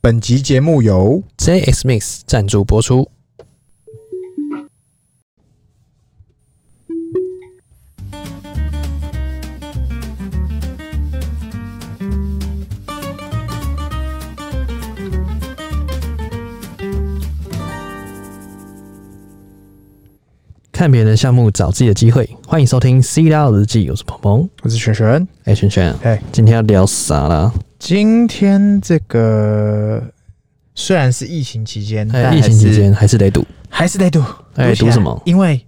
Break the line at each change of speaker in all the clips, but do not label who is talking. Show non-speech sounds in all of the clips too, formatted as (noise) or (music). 本集节目由
JX Mix 赞助播出。看别人的项目，找自己的机会。欢迎收听《C 大日记》，我是鹏鹏。
我是璇璇。
哎、轩轩，
哎，
今天要聊啥啦？
今天这个虽然是疫情期间，
哎、
但
疫
还
情期
是
间还是得赌。
还是得赌。
哎、
起
赌
来
什么？
因为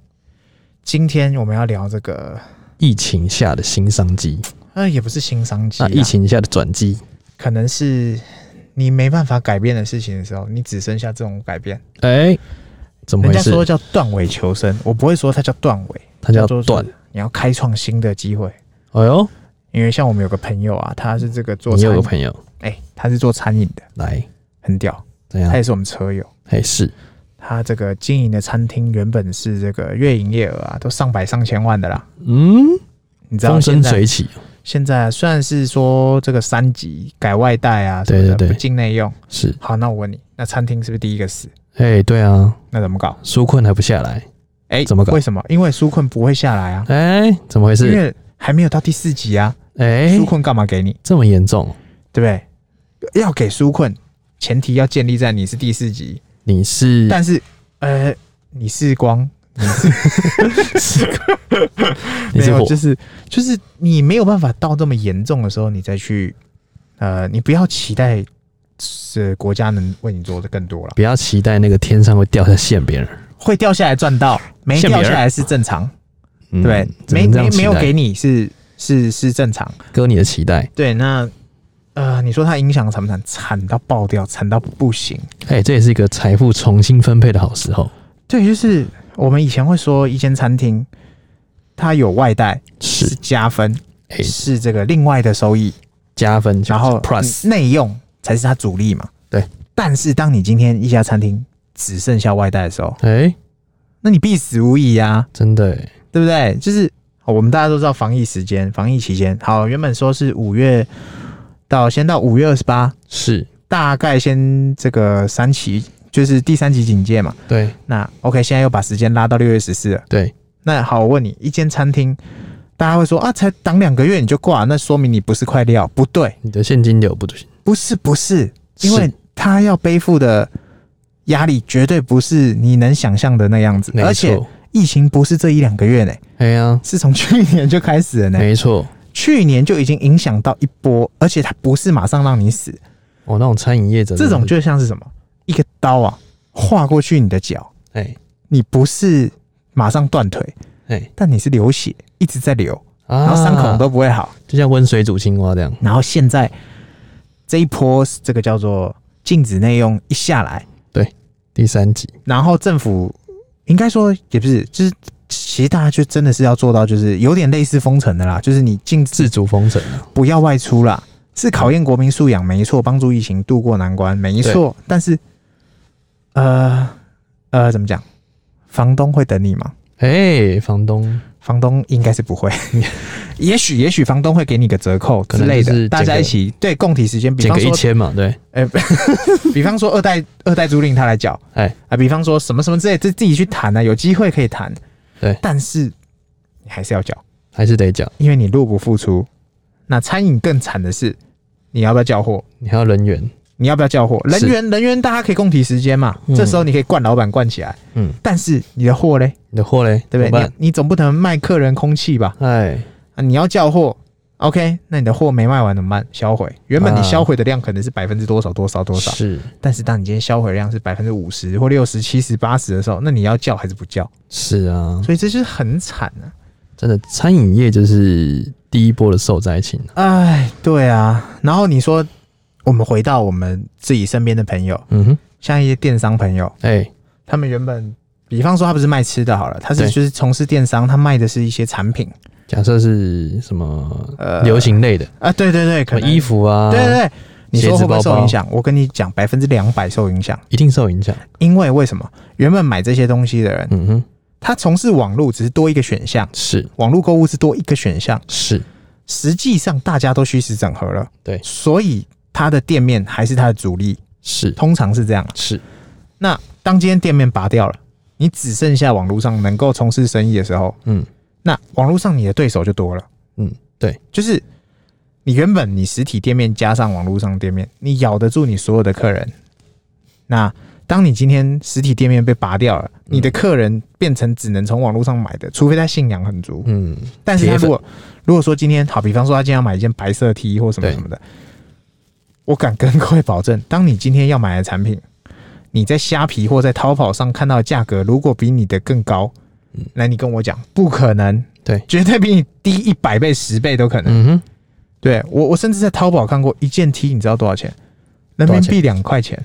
今天我们要聊这个，
疫情下的新商机，
呃，也不是新商机
那
啦，
啊疫情下的转机。
可能是你没办法改变的事情的时候，你只剩下这种改变。
哎、怎么
人
回
家
事？
说叫断尾求生，我不会说它叫断尾，
它叫
做是
断。
你要开创新的机会。
哎呦，
因为像我们有个朋友啊，他是这个做
你有
餐
个
饮，
朋友
哎、他是做餐饮的，
来，
很屌，
怎
他
样？
也是我们车友。
哎，是
他这个经营的餐厅原本是这个月营业额啊，都上百上千万的啦。
嗯，
你知道
风
现
生
在
水起，
现在虽然是说这个三级改外带啊什么的，
对对对
不境内用。
是
好，那我问你，那餐厅是不是第一个死？
哎，对啊，
那怎么搞？
纾困还不下来，
哎、
怎么搞
为什么？因为纾困不会下来啊，
哎，怎么回
因
事？
为还没有到第四级啊。
哎
纾，困干嘛给你？
这么严重，
对不对？要给纾困，前提要建立在你是第四级，
你是
但是呃，你是光，
你是
没
火
有，就是就是你没有办法到这么严重的时候，你再去，呃，你不要期待是国家能为你做的更多了，
不要期待那个天上会掉下馅饼儿，
会掉下来赚到，没
馅饼
掉
儿
下来是正常，
嗯
对，
只
没
能这
没
样
没有
期待
给你是是是正常，
割你的脐带，
对，那呃，你说它影响惨不惨？惨到爆掉，惨到不行。
哎，这也是一个财富重新分配的好时候，
对，就是我们以前会说一间餐厅它有外带是
是
加分，
哎
是这个另外的收益，
加分，
然后
plus
内用才是它主力嘛。
对，
但是当你今天一家餐厅只剩下外带的时候，
哎，
那你必死无疑呀、啊，
真的哎
对不对？就是好我们大家都知道防疫时间，防疫期间，好，原本说是五月到先到五月二十八，
是，
大概先这个三期，就是第三级警戒嘛。
对
那 OK，现在又把时间拉到六月十四了。
对，
那好，我问你，一间餐厅，大家会说啊，才挡两个月你就挂，那说明你不是块料，不对，
你的现金流不行，
不是不是，因
是
为他要背负的压力绝对不是你能想象的那样子，
没
而且
错，
疫情不是这一两个月呢，
哎呀，
是从去年就开始了呢，
(laughs) 没错。
去年就已经影响到一波，而且它不是马上让你死，
哦，那种餐饮业者
这种
真的是
就像是什么，一个刀啊划过去你的脚，
哎
你不是马上断腿，
哎
但你是流血一直在流，
啊，
然后伤口都不会好。
就像温水煮青蛙这样，
然后现在这一波这个叫做禁止内用一下来，
第三集
然后政府应该说也不是，就是其实大家就真的是要做到，就是有点类似封城的啦，就是你禁止
自主封城啊，
不要外出啦，是考验国民素养，没错，帮助疫情渡过难关，没错。但是，呃呃，怎么讲？房东会等你吗？
哎、房东
房东应该是不
(laughs)
会，也许也许房东会给你个折扣之类
可能就是减
的，
个
大家一起对共体时间，比
减
方
个一
说
千嘛，对，
呃，不比方说二代二代租赁他来缴，
哎
啊，比方说什么什么之类，这自己去谈啊，有机会可以谈。
对
但是你还是要缴，
还是得缴，
因为你入不敷出。那餐饮更惨的是，你要不要叫货？
你还要人员，
你要不要叫货？人
是
员人员大家可以共体时间嘛，
嗯
这时候你可以灌老板灌起来。
嗯，
但是你的货嘞，
你的货嘞，
对不对
怎么办？？
你你总不能卖客人空气吧？
哎，
啊，你要叫货，OK？那你的货没卖完怎么办？销毁。原本你
啊
销毁的量可能是百分之多少多少多少，
是
但是当你今天销毁量是百分之五十或六十、七十、八十的时候，那你要叫还是不叫？
是啊，
所以这就是很惨啊！
真的餐饮业就是第一波的受灾情啊、
哎，对啊。然后你说，我们回到我们自己身边的朋友，
嗯哼，
像一些电商朋友，
哎、
他们原本，比方说他不是卖吃的好了，他是
对
就是从事电商，他卖的是一些产品
假设是什么
呃
流行类的，
啊，对对对，
什
可
么
能
衣、服啊，
对对对。你说
鞋子
会不会
包包
受影响？我跟你讲，百分之两百受影响，
一定受影响。
因为为什么？原本买这些东西的人，
嗯哼，
他从事网络只是多一个选项，
是
网络购物是多一个选项，
是，
实际上大家都虚实整合了，
对
所以它的店面还是它的主力，
是
通常是这样。
是，
那当今天店面拔掉了，你只剩下网络上能够从事生意的时候，
嗯
那网络上你的对手就多了。
嗯，对，
就是你原本你实体店面加上网络上店面，你咬得住你所有的客人。那当你今天实体店面被拔掉了，你的客人变成只能从网络上买的，除非他信仰很足。
嗯
但是他
铁粉
如果如果说今天好，比方说他今天要买一件白色 T 或什么
对
什么的，我敢跟各位保证，当你今天要买的产品，你在虾皮或在淘宝上看到的价格，如果比你的更高，
嗯
那你跟我讲，不可能，
对
绝对比你低一百倍、十倍都可能。
嗯哼，
对我，我甚至在淘宝看过一件 T，你知道多少钱？人民币两块
(laughs)
钱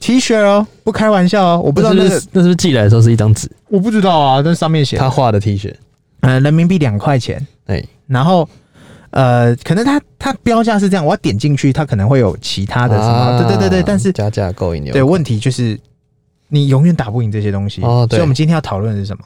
，T 恤哦，不开玩笑哦，我不知道那
那是
个，
不是那是不是寄来的时候是一张纸，
我不知道啊，那上面写，
他画的 T 恤，
呃，人民币两块钱，
哎，
然后呃，可能它它标价是这样，我要点进去，它可能会有其他的什么，对对对对，但是
啊加价购引流，
对问题就是你永远打不赢这些东西，
哦对
所以我们今天要讨论的是什么？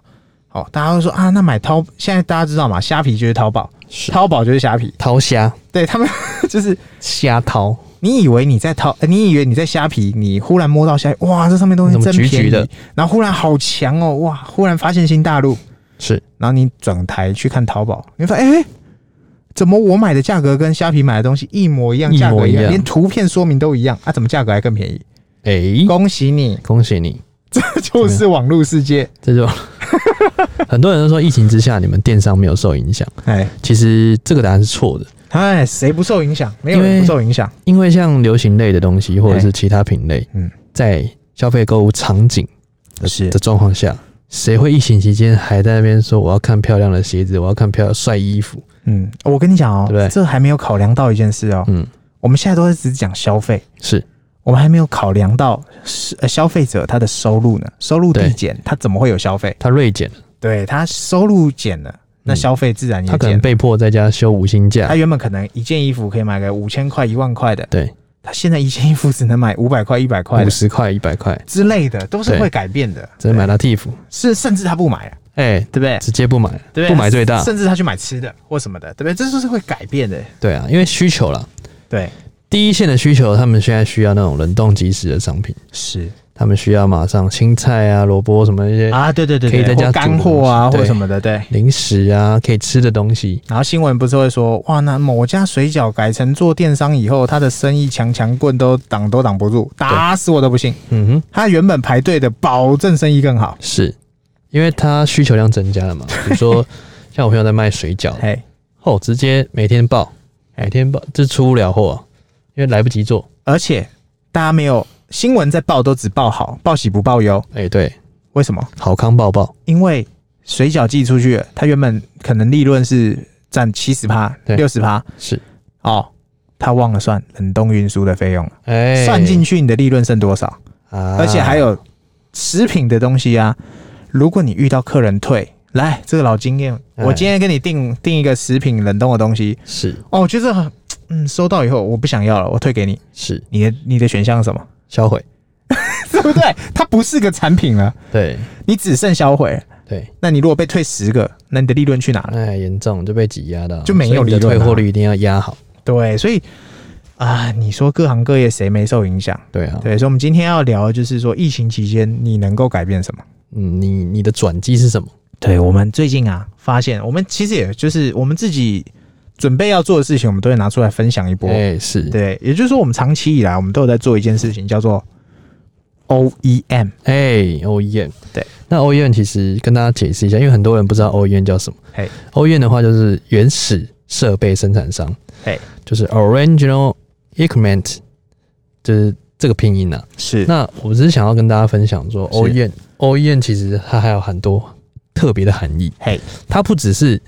好，大家会说啊，那买淘，现在大家知道嘛，虾皮就是淘宝，
是
淘宝就是虾皮，
掏虾
对他们 (laughs) 就是
虾掏，
你以为你在淘，呃你以为你在虾皮，你忽然摸到虾，哇，这上面东西
怎么
真
橘
便宜，
橘的
然后忽然好强哦，哇，忽然发现新大陆，
是
然后你转台去看淘宝，你会发现哎、诶怎么我买的价格跟虾皮买的东西一模一样，
一模
价格一
一
样，
样
连图片说明都一样啊？怎么价格还更便
(laughs)
宜？
哎、
恭喜
(laughs)
你，
恭喜你，
这就是网络世界。
这 (laughs) 就很多人都说疫情之下你们电商没有受影响，
哎
其实这个答案是错的，
哎，谁不受影响？没有人
因为
不受影响。
因为像流行类的东西或者是其他品类，
嗯
嗯，在消费购物场景
是
的状况下，谁会疫情期间还在那边说我要看漂亮的鞋子，我要看漂亮帅衣服？
嗯，我跟你讲哦，
对不对
这还没有考量到一件事哦。
嗯，
我们现在都是只讲消费，
是
我们还没有考量到是呃消费者他的收入呢，收入递
对
减，他怎么会有消费？
他锐减，
对他收入减了，那
嗯
消费自然也
他可
减
能
了。
被迫在家休无薪假
他，原本可能一件衣服可以买个五千块、一万块的，
对，
他现在一件衣服只能买五百块、一百块
五
的
十块一百块，
之类的，都是
对
会改变的。
只能买到 T 服，
是甚至他不买了，
哎、
对不对？
直接不买，
对啊
不买最大，
甚至他去买吃的或什么的，对不对？这就是会改变的。
对啊，因为需求啦，
对，
第一线的需求，他们现在需要那种冷冻即食的商品，
是
他们需要马上青菜啊、萝卜什么一些
啊，对对对，
可以
对
在家
或
煮
干货啊，
东西
或
对
什么的，对。
零食啊，可以吃的东西，
然后新闻不是会说，哇，那某家水饺改成做电商以后，他的生意强强棍都挡都挡不住，打死我都不信。
嗯哼，
他原本排队的，保证生意更好。
是因为它需求量增加
(laughs)
了嘛？比如说像我朋友在卖水饺，
嘿，
哦，直接每天爆，
哎
每天爆，这出不了货、啊，因为来不及做。
而且大家没有新闻在报，都只报好，报喜不报忧。
哎、对，
为什么？
好康爆爆，
因为水饺寄出去了，它原本可能利润是占七十趴、
对
六十趴
是，
哦，他忘了算冷冻运输的费用了，
哎、
算进去你的利润剩多少？
啊
而且还有食品的东西啊，如果你遇到客人退。来，这个老经验，
哎
我今天跟你订订一个食品冷冻的东西，
是
哦，我觉得很，嗯，收到以后我不想要了，我退给你。
是
你的你的选项是什么？
销毁，
(laughs) 对不对？它不是个产品了，
对
你只剩销毁。
对，
那你如果被退十个，那你的利润去哪了？
哎，严重就被挤压到，
就没有
所以你的
利润
退
啊
货率一定要压好，
对，所以啊，你说各行各业谁没受影响？
对啊，
对，所以我们今天要聊的就是说，疫情期间你能够改变什么？
嗯，你你的转机是什么？
对我们最近啊，发现我们其实也就是我们自己准备要做的事情，我们都会拿出来分享一波。
哎、是，
对，也就是说，我们长期以来我们都有在做一件事情，叫做 E OEM。
哎、o e m
对，
那 OEM 其实跟大家解释一下，因为很多人不知道 OEM 叫什么。
嘿，
OEM 的话就是原始设备生产商，
嘿，
就是 Original Equipment，就是这个拼音啊。
是
那我只是想要跟大家分享说
是
，OEM OEM 其实它还有很多特别的含义，
嘿，
它不只是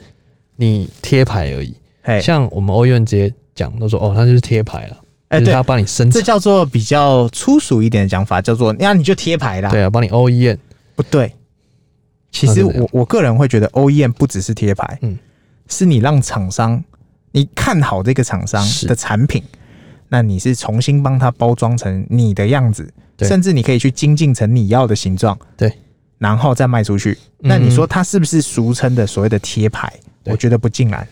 你贴牌而已。
嘿，
像我们 OEM 直接讲，都说哦，它就是贴牌了，
哎，
就是
对
它，帮你生
这
产，
叫做比较粗俗一点的讲法，叫做那你就贴牌啦。
对啊，帮你 OEM，
不对？其
那
实
是怎
我我个人会觉得 OEM 不只是贴牌，
嗯，
是你让厂商你看好这个厂商
是
的产品，那你是重新帮它包装成你的样子，
对
甚至你可以去精进成你要的形状，
对，
然后再卖出去。那你
嗯
说它是不是俗称的所谓的贴牌？
对
我觉得不尽然。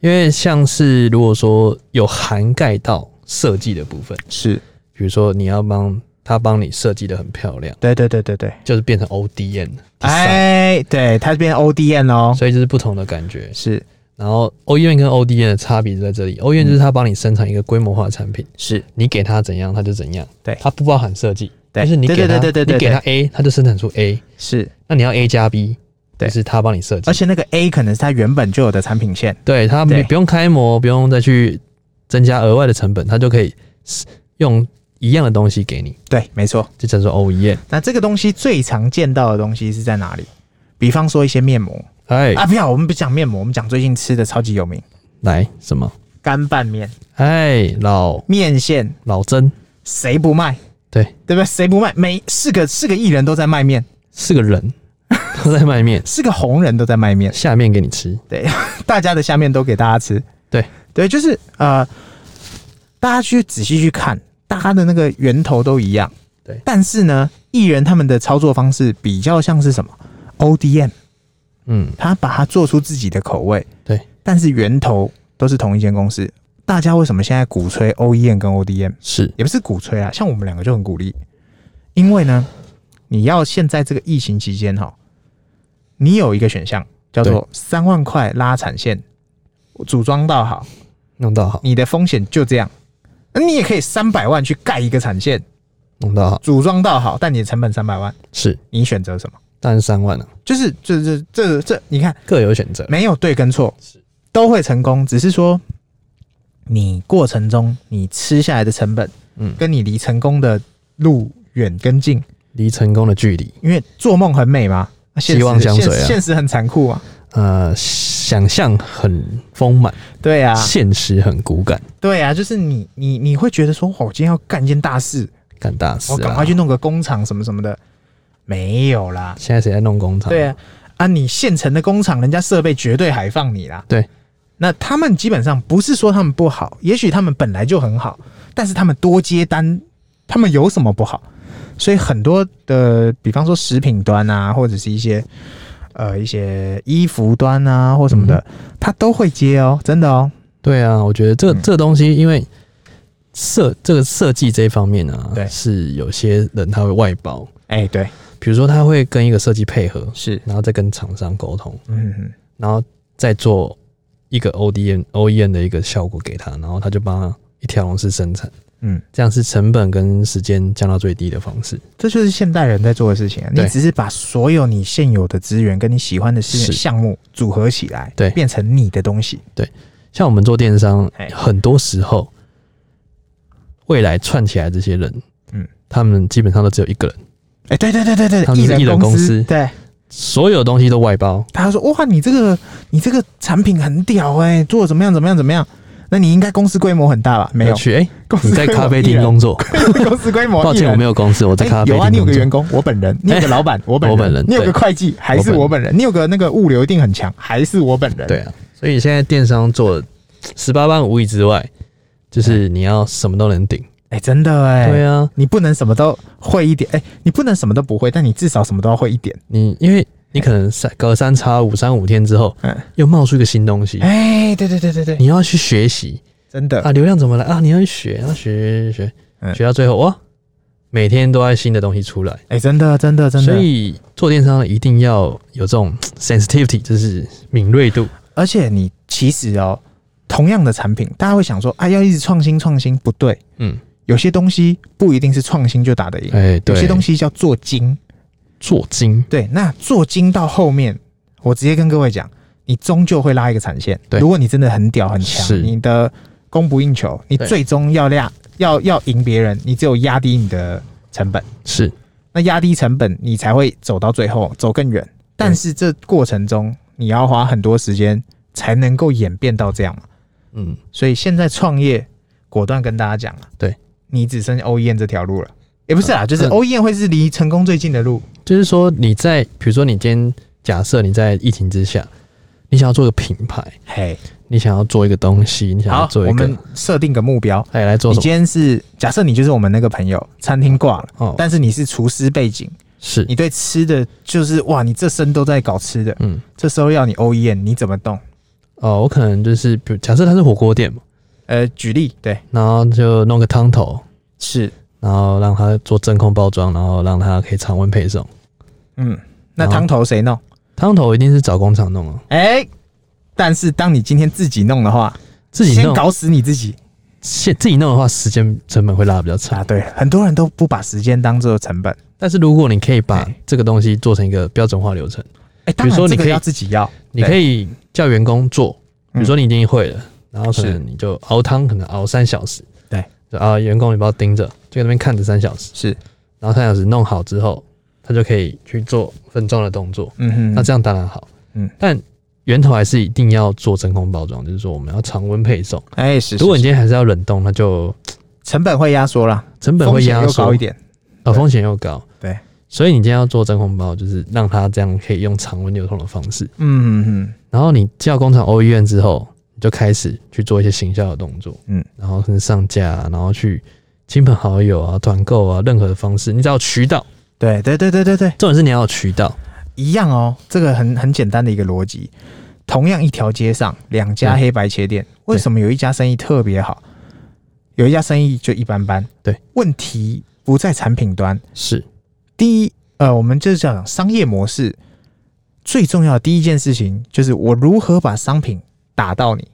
因为像是如果说有涵盖到设计的部分，
是
比比如说你要帮他帮你设计的很漂亮，
对对对对对，
就是变成 ODM，哎，
哎，对，它变 ODN 喽，
所以就是不同的感觉。
是
然后 OEM 跟 ODM 的差别就在这里，OEM
嗯
就是他帮你生产一个规模化的产品，
是，
你给他怎样他就怎样，
对
它不包含设计，
对
但是你
对
给他
对对对对
你给
对
他 A，他就生产出 A，
是，
那你要 A 加 B，
对
就是他帮你设计
而，且那个 A 可能是它原本就有的产品线，
对他
对
没不用开模，不用再去增加额外的成本，他就可以用一样的东西给你，
对，没错。
这叫做哦 OEM。
那这个东西最常见到的东西是在哪里？比方说一些面膜
哎，
啊，不要，我们不讲面膜，我们讲最近吃的超级有名
来什么？
干拌面、
哎，老
面线，
老曾，
谁不卖？
对，
对不对？谁不卖？每四个四个艺人都在卖面，
是个人，都在卖面， (laughs)
四个红人都在卖面，
下面给你吃。
对，大家的下面都给大家吃，
对
对，就是呃，大家去仔细去看，大家的那个源头都一样，
对
但是呢，艺人他们的操作方式比较像是什么？ODM，
嗯，
他把它做出自己的口味，
对，
但是源头都是同一间公司。大家为什么现在鼓吹 OEM 跟 ODM？
是
也不是鼓吹啊，像我们两个就很鼓励，因为呢，你要现在这个疫情期间哈，你有一个选项叫做三万块拉产线，组装到好，
弄到好，
你的风险就这样。那你也可以三百万去盖一个产线，
弄到好，
组装到好，但你的成本三百万，
是，
你选择什么？
但是三万呢、啊，
就是这这这这，你看
各有选择。
没有对跟错
是，
都会成功，只是说你过程中你吃下来的成本，
嗯，
跟你离成功的路远跟近，
离成功的距离，
因为做梦很美嘛，现实
希望相随啊
现现实很残酷啊嘛。
呃，想象很丰满，
对啊，
现实很骨感，
对啊，就是你你你会觉得说，哇哦我今天要干一件大事，
干大事
我赶
啊
快！去弄个工厂什么什么的，没有啦。
现在谁在弄工厂？
对啊，，啊，你现成的工厂，人家设备绝对还放你啦。
对，
那他们基本上不是说他们不好，也许他们本来就很好，但是他们多接单，他们有什么不好？所以很多的，比方说食品端啊，或者是一些呃一些衣服端啊或什么的，他都会接哦，真的哦。
对啊，我觉得这
嗯
这东西，因为设这个设计这一方面啊，
对
是有些人他会外包，
哎、对，
比如说他会跟一个设计配合，
是，
然后再跟厂商沟通，
嗯嗯，
然后再做一个 ODM OEM E 的一个效果给他，然后他就帮他一条龙式生产，
嗯，
这样是成本跟时间降到最低的方式。
这就是现代人在做的事情、啊。你
对
只是把所有你现有的资源跟你喜欢的事
是
项目组合起来，
对
变成你的东西。
像我们做电商
嘿，
很多时候未来串起来这些人，
嗯，
他们基本上都只有一个人，
哎、对对对对
他
对，
们是艺
人
人公司
对，
所有东西都外包，
他说哇，你这个你这个产品很屌哎、做得怎么样怎么样怎么样？那你应该公司规模很大吧？没有，
去哎、
公司
你在
规模
咖啡
一
厅
人
工作？
(laughs) 公司规模，
(laughs) 抱歉，我没
有。
有公司，我在
哎
咖啡
有
厅
啊，你有
工
个
作。
员工，我本人；你有个
(laughs)
老板，我本人；
我本人
你有个
对
会计，还是我
我
本人；你有个那个物流一定很强，还是我本人。
对，啊，所以现在电商做十八般武艺之外，就是你要什么都能顶。
哎、真的哎、
对啊，
你不能什么都会一点，哎、你不能什么都不会，但你至少什么都要会一点。
你因为你可能三隔三差五、三五天之后
嗯，
又冒出一个新东西，
哎、对对对对对，
你要去学习
真的，
啊，流量怎么来啊？你要去学，要学学
嗯
学，学到最后哇，每天都在新的东西出来。
哎、真的真的真的。
所以做电商的一定要有这种 sensitivity，就是敏锐度。
而且你其实哦，同样的产品，大家会想说，啊，要一直创新创新，不对，
嗯，
有些东西不一定是创新就打得赢，
哎，
有
对，
些东西叫做精。
做精，
对，那做精到后面，我直接跟各位讲，你终究会拉一个产线。
对
如果你真的很屌很强，
是
你的供不应求，你
对
最终要压要要赢别人，你只有压低你的成本。
是
那压低成本，你才会走到最后，走更远。但是这过程中，你要花很多时间才能够演变到这样嘛。
嗯，
所以现在创业，果断跟大家讲了，
对
你只剩 OEM 这条路了。也不是啦，就是
嗯
OEM 会是离成功最近的路。
就是说你在，比如说你今天假设你在疫情之下，你想要做个品牌，
嘿，
你想要做一个东西，你想要
好，
做
我
一
们
个，
设定个目标。
哎，来做
你
什么？
今天是假设你就是我们那个朋友，餐厅挂了，
哦，
但是你是厨师背景，
是，
你对吃的就是哇，你这生都在搞吃的，
嗯，
这时候要你 OEM，你怎么动？
哦，我可能就是，比如假设它是火锅店嘛，
呃，举例，对，
然后就弄个汤头，
是
然后让他做真空包装，然后让他可以常温配送。
嗯，那
然后
汤头谁弄？
汤头一定是找工厂弄啊，
哎、但是当你今天自己弄的话，
自己
先
弄，
搞死你自己
现自己弄的话，时间成本会拉得比较长。
啊！对，很多人都不把时间当做成本。
但是如果你可以把
对
这个东西做成一个标准化流程，
哎、当
比
然
如说
这
你
个
可以
要自己要，
你可以叫员工做，比如说你已经会了，然后可
嗯是
能你就熬汤，可能熬三小时，
对，
就啊，员工你不要盯着，就在那边看着三小时，
是，
然后三小时弄好之后，他就可以去做分装的动作。
嗯哼，
那这样当然好，
嗯，
但源头还是一定要做真空包装，就是说我们要常温配送。
哎、是，
如果
是
你今天还是要冷冻，那就
成本会压缩啦，
成本
风
会
险
压
又
缩
高一，点。
呃，
对
风险又高。
对，
所以你今天要做真空包，就是让它这样可以用常温流通的方式。
嗯嗯
然后你叫工厂 O 医院之后，你就开始去做一些行销的动作，
嗯，
然后甚至上架啊、然后去亲朋好友啊、团购啊，任何的方式，你只要有渠道，
对对对对对对，
重点是你要有渠道，
一样哦。这个很很简单的一个逻辑，同样一条街上两家
对
黑白切店，为什么有一家生意特别好，有一家生意就一般般？
对，
问题不在产品端。
是
第一，呃，我们就是讲商业模式最重要的第一件事情，就是我如何把商品打到你，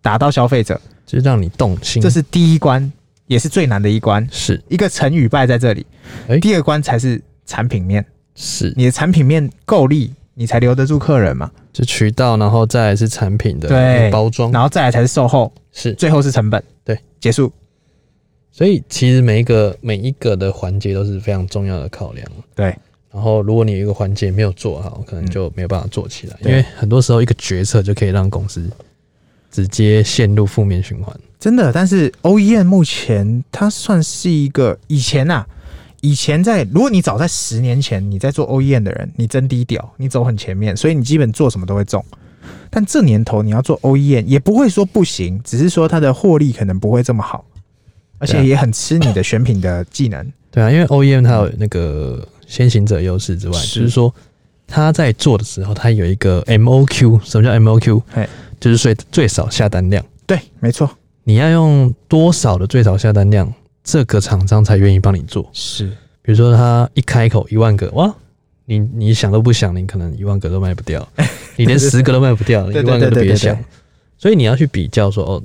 打到消费者，
就是让你动心，
这是第一关，也是最难的一关。
是
一个成语败在这里，
哎
第二关才是产品面，
是，
你的产品面够力，你才留得住客人嘛，
就渠道，然后再来是产品的
对
包装，
然后再来才是售后，
是，
最后是成本。
哦对，
结束。
所以其实每一个每一个的环节都是非常重要的考量。
对，
然后，如果你有一个环节没有做好，可能
嗯
就没有办法做起来，因
对
为很多时候一个决策就可以让公司直接陷入负面循环。
真的，但是 OEM 目前它算是一个以前啊，以前在如果你早在十年前你在做 OEM 的人，你真低调，你走很前面，所以你基本做什么都会中。但这年头你要做 OEM 也不会说不行，只是说它的获利可能不会这么好，而
对
且
啊
也很吃你的选品的技能。
对啊，因为 OEM 它有那个先行者优势之外，
是
就是说它在做的时候，它有一个 MOQ，什么叫 MOQ？
嘿
就是最最少下单量，
对，没错，
你要用多少的最少下单量，这个厂商才愿意帮你做。
是
比如说他一开口一万个，哇，你你想都不想，你可能一万个都卖不
(laughs)
掉，你连十个都卖不掉，你
对
一
对
万个都
对对
别
对
想
对。
所以你要去比较说，哦，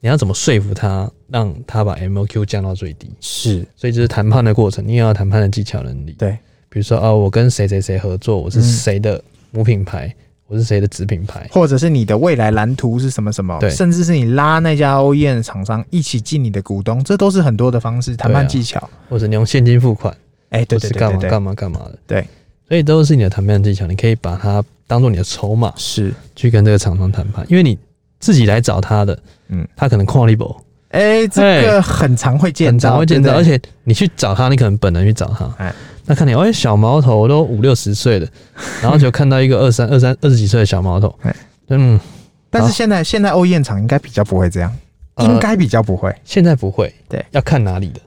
你要怎么说服他，让他把 MOQ 降到最低。
是，
所以这是谈判的过程，你也要有谈判的技巧能力。
对，
比如说哦，我跟谁谁谁合作，我是
嗯
谁的母品牌，我是谁的子品牌，
或者是你的未来蓝图是什么什么
对，
甚至是你拉那家 OEM 厂商一起进你的股东，这都是很多的方式谈
对啊
判技巧。
或者你用现金付款，
哎、对
或
对
是
对
干
对
嘛
对，
干嘛干嘛的。
对，
所以都是你的谈判技巧，你可以把它当做你的筹码
是，
去跟这个厂商谈判，因为你自己来找他的，
嗯，
他可能 quality
哎、这个很常会见
很
到，
常会见
对
到，而
不对
且你去找他，你可能本人去找他，
哎
那看你哎、小毛头都五六十
(laughs)
岁了，然后就看到一个二三二三二十几岁的小毛头
哎，
嗯，
但是
好
现在现在欧燕厂应该比较不会这样，
呃
应该比较不会。
现在不会，
对，
要看哪里的，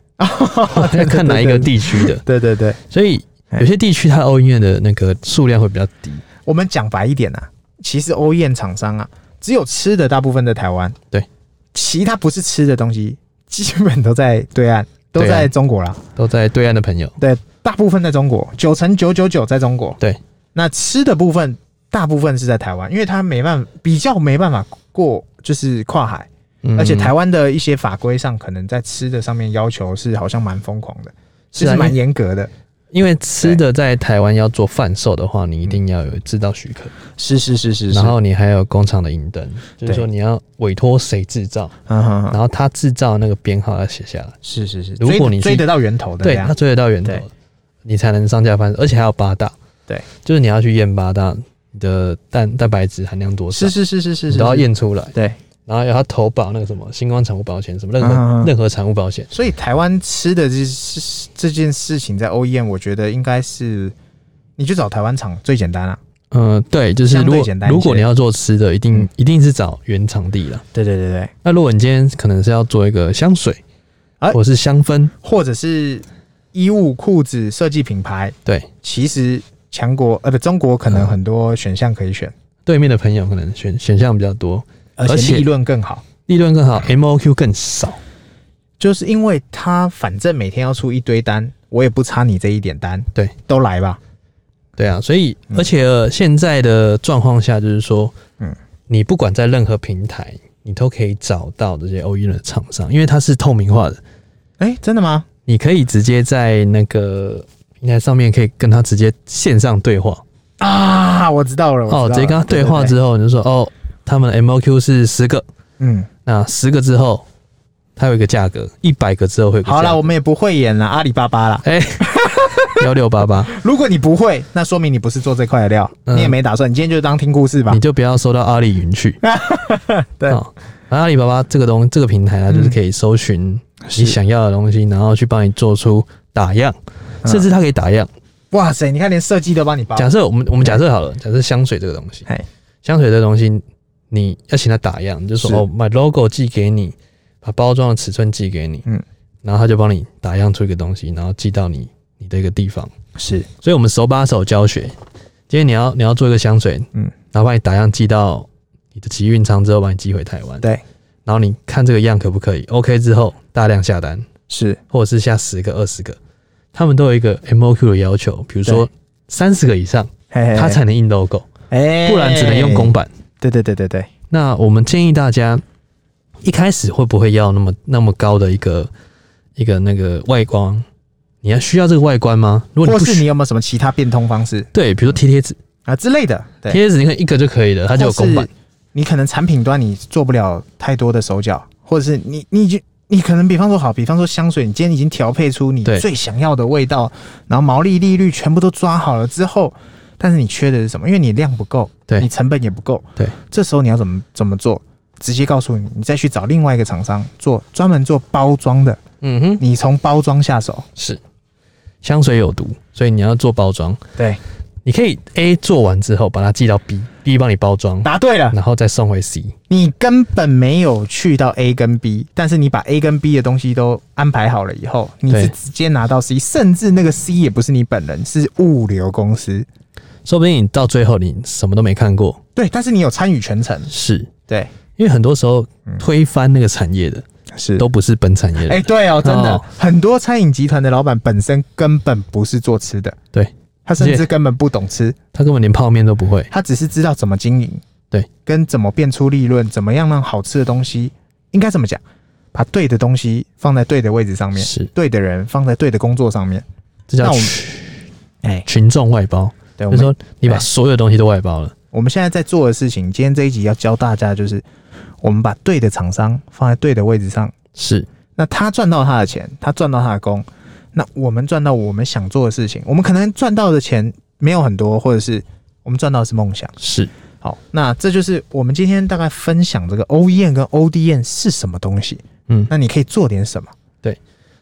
(laughs) 对
要看哪一个？地区的，
对对对对对，
所以
哎
有些地区它欧音乐的那个数量会比较低，
我们讲白一点啊，其实欧燕厂商啊，只有吃的大部分在台湾，
对，
其他不是吃的东西，基本都在对岸，都
对啊
在
岸
中国啦。
都在对岸的朋友，
对，大部分在中国，九成九九九在中国。
对，
那吃的部分大部分是在台湾，因为它没办法，比较没办法过，就是跨海。
嗯
而且台湾的一些法规上，可能在吃的上面要求是好像蛮疯狂的，
是
其
啊
实蛮
因为
严格的。
因为吃的在台湾要做贩售的话，你一定要有制造许可，
是是是是
然后你还有工厂的银灯，就是
对
说你要委托谁制造，
嗯哼
然
哼，
后他制造那个编号要写下来，
是是是，
如果
追
你是
追得到源头的，
对，
这样
他追得到源头
对，啊
你才能上架贩售，而且还有八大，
对，
就是你要去验八大你的蛋蛋白质含量多少
是，是是是是
你
是，
都要验出来，
对。
然后要他投保那个什么星光产物保险，什么任
嗯嗯
何
嗯
任何产物保险。
所以台湾吃的这是这件事情，在 OEM 我觉得应该是，你就找台湾厂最简单啊了、
嗯，对，就是
相
如
对
果
简单一些
如果你要做吃的，一定、
嗯
一定是找原场地啦。
对对对对，
那如果你今天可能是要做一个香水，
哎
或是香氛，
或者是衣物、裤子设计品牌，
对，
其实强国呃不中国可能很多选项可以选，
对面的朋友可能选选项比较多，而且
利润更好。
利润更好，MOQ 更少。
就是因为他反正每天要出一堆单，我也不差你这一点单，
对，
都来吧。
对啊，所以而且、呃现在的状况下，就是说，
嗯
嗯，你不管在任何平台，你都可以找到这些 OEM 的厂商，因为它是透明化的，
哎、真的吗？
你可以直接在那个平台上面可以跟他直接线上对话
啊，我知道了，我知道
哦，
了
直接跟他对话，
对
之后，你就说哦，他们的 MOQ 是十个，
嗯，
那十个之后它有一个价格，一百个之后会有一个
好
价
啦，
格
我们也不会演啦，阿里巴巴啦。 (laughs)
哎幺六八八，
如果你不会，那说明你不是做这块的料，
嗯
你也没打算，你今天就当听故事吧
你。就不要收到阿里云去。
(laughs) 对嗯
哦阿里巴巴这个东这个平台呢，就是可以搜寻
是
你想要的东西，然后去帮你做出打样，
嗯
甚至它可以打样。
哇塞，你看连设计都帮你包。
假设我们我们假设好了，假设香水这个东西
哎，
香水这个东西你要请它打样，你就是说哦，把 logo 寄给你，把包装的尺寸寄给你，
嗯
嗯，然后他就帮你打样出一个东西，然后寄到你你的一个地方。
是，
所以我们手把手教学。今天你要你要做一个香水，
嗯
嗯，然后把你打样寄到你的集运仓之后，把你寄回台湾，
对，
然后你看这个样可不可以？OK 之后大量下单，
是，
或者是下十个、二十个，他们都有一个 MOQ 的要求，比如说
对
三十个以上，
嘿嘿嘿
它才能印 logo，
哎
不然只能用公。版。
对对对对对，
那我们建议大家一开始会不会要那么那么高的一个一个那个外观？你要需要这个外观吗？如果
或
你不
是
需
你有没有什么其他变通方式
对，比如说贴贴纸，
啊之类的？对，
贴纸你看一个就可以了，它就有公
或。
版
是你可能产品端你做不了太多的手脚，或者是你你已经你可能比方说好，比方说香水，你今天已经调配出你
对
最想要的味道，然后毛利利率全部都抓好了之后，但是你缺的是什么？因为你量不够，
对
你成本也不够，
对，
这时候你要怎么怎么做？直接告诉你，你再去找另外一个厂商做专门做包装的，
嗯哼，
你从包装下手。
是香水有毒，所以你要做包装。
对，
你可以 A 做完之后把它寄到 B，B 帮你包装，
答对了。
然后再送回 C。
你根本没有去到 A 跟 B，但是你把 A 跟 B 的东西都安排好了以后，你是
对
直接拿到 C，甚至那个 C 也不是你本人，是物流公司。
说不定你到最后你什么都没看过，
对，但是你有参与全程。
是
对，
因为很多时候推翻那个产业的
是
都不是本产业
嗯哎、
的，
对哦，真的，
哦
很多餐饮集团的老板本身根本不是做吃的，
对
他甚
而
至
且
根本不懂吃，
他根本连泡面都不会。
他只是知道怎么经营，
对，
跟怎么变出利润，怎么样让好吃的东西，应该怎么讲，把对的东西放在对的位置上面，
是，
对的人放在对的工作上面。
这
那
叫
我们
群
哎、
群众外包，
对，我
就是
们
说你把
哎
所有东西都外包了。
我们现在在做的事情，今天这一集要教大家，就是我们把对的厂商放在对的位置上，
是
那他赚到他的钱，他赚到他的工，那我们赚到我们想做的事情，我们可能赚到的钱没有很多，或者是我们赚到的是梦想。
是，
好，那这就是我们今天大概分享这个 OEM 跟 ODM 是什么东西，
嗯，
那你可以做点什么？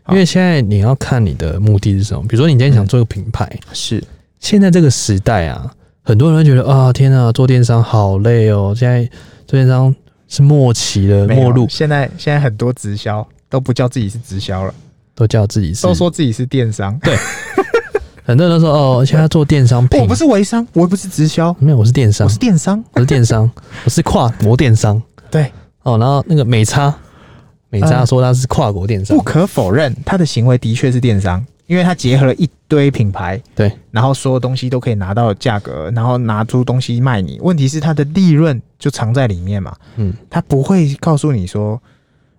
好
因为现在你要看你的目的是什么。比如说你今天想做一个品牌，
是
现在这个时代啊，很多人会觉得啊，天啊，做电商好累哦。现在做电商是末期的
没有
末路，
现在现在很多直销都不叫自己是直销了，
都叫自己是。
都说自己是电商。
很多人都说哦，现在做电商品，
我不是微商，我又不是直销，
没有，我是电
我
商
是，电商。
我是
(laughs)
电商，我是跨国电商。
对，
哦，然后那个美差，美差说他是跨国电商
哎不，可否认，他的行为的确是电商，因为他结合了一堆品牌，
对，
然后所有东西都可以拿到价格，然后拿出东西卖你。问题是他的利润就藏在里面嘛，
嗯，
他不会告诉你说，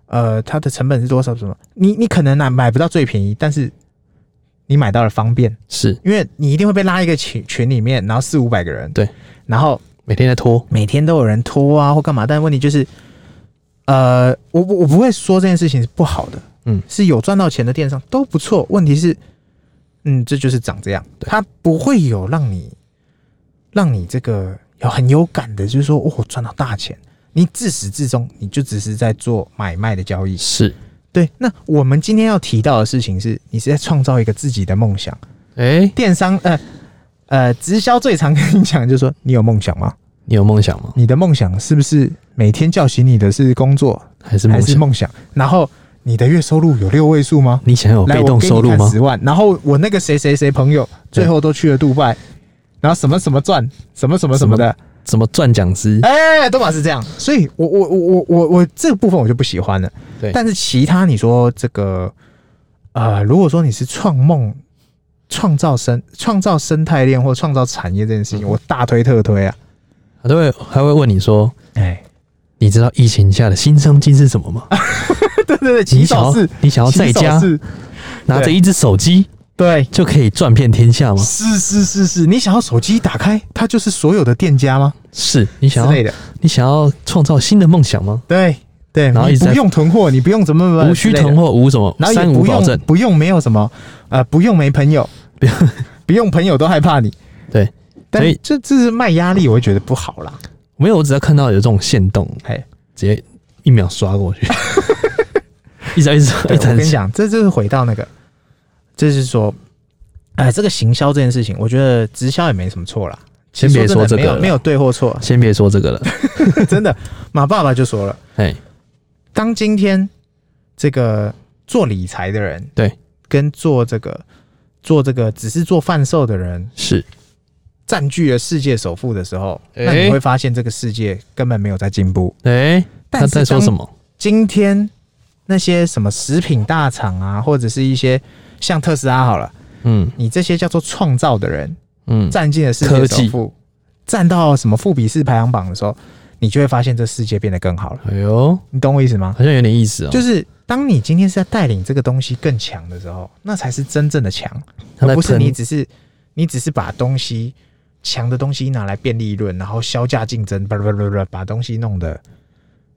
呃，它的成本是多少什么，你你可能买买不到最便宜，但是你买到了方便，
是
因为你一定会被拉一个群群里面，然后四五百个人，
对，
然后
每天在拖，
每天都有人拖啊或干嘛，但问题就是，呃，我我我不会说这件事情是不好的，
嗯
是有赚到钱的电商都不错，问题是，嗯，这就是长这样，
对
它不会有让你让你这个有很有感的，就是说哦，我赚到大钱。你自始至终，你就只是在做买卖的交易。
是，
对，那我们今天要提到的事情是，你是在创造一个自己的梦想。
哎、
电商，呃，呃，直销最常跟你讲就是说，你有梦想吗？
你有梦想吗？
你的梦想是不是每天叫醒你的是工作
还是
还
梦
是
想？
梦想？然后你的月收入有六位数吗？
你想有
来，
哦被
我
动
给
收
你
入
看
吗？
十万。然后我那个谁谁谁朋友最后都去了杜拜，然后什么什么赚，什么什么什么的，
怎么赚讲师？
哎，都嘛是这样。所以我我我我我我这个部分我就不喜欢了。
对
但是其他你说这个，呃，如果说你是创梦、创造生、创造生态链或创造产业这件事情，
嗯
我大推特推啊！
他都会还会问你说，
哎，
你知道疫情下的新商机是什么吗？
啊对对对，
你
起
想
手
要
式，
你想要在
起手
家
式
拿着一只手机
对，
就可以赚遍天下吗？
是是是是，你想要手机一打开，它就是所有的店家吗？
是你
之
想
类
要
的，
你想要创造新的梦想吗？
对对，
然后一
你
直
不
在
用囤货，你不用怎么怎么
无需
啊之类的
囤货，无什么
然后也
三无
不
保
用
证，
不用没有什么，呃，不用没朋友，
(laughs) 不用
不用朋友都害怕你。
对，
但
所以
这这是卖压力，我会觉得不好啦。
没有，我只要看到有这种限动，
哎，
直接一秒刷过去， (laughs) 一直一直
对
一
我跟你
直
讲，这就是回到那个，这是说，哎，这个行销这件事情，我觉得直销也没什么错啦。其
先
实
别
说
说
真的没
这个
有
了，
没有对或错
(laughs)
(laughs)
先别说这个了，
真的，马爸爸就说了，
哎，
当今天这个做理财的人，
对，
跟做这个做这个只是做贩售的人，
是
占据了世界首富的时候，
哎
那你会发现这个世界根本没有在进步。
哎，
但
他
是
在说什么？
今天那些什么食品大厂啊，或者是一些像特斯拉好了，
嗯
你这些叫做创造的人
嗯，
占尽了世界首富，占到什么富比士排行榜的时候，你就会发现这世界变得更好了。
哎呦，
你懂我意思吗？
好像有点意思哦，
就是当你今天是在带领这个东西更强的时候，那才是真正的强，
他
而
在
不是
喷
你只是你只是把东西强的东西拿来变利润，然后销价竞争，不不不不，把东西弄得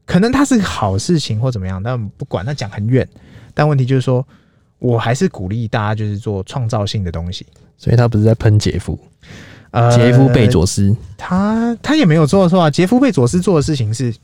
可能它是好事情或怎么样，但不管那讲很远。但问题就是说，我还是鼓励大家就是做创造性的东西。
所以他不是在喷杰夫，
呃
杰夫贝佐斯，
他他也没有做错啊。杰夫贝佐斯做的事情是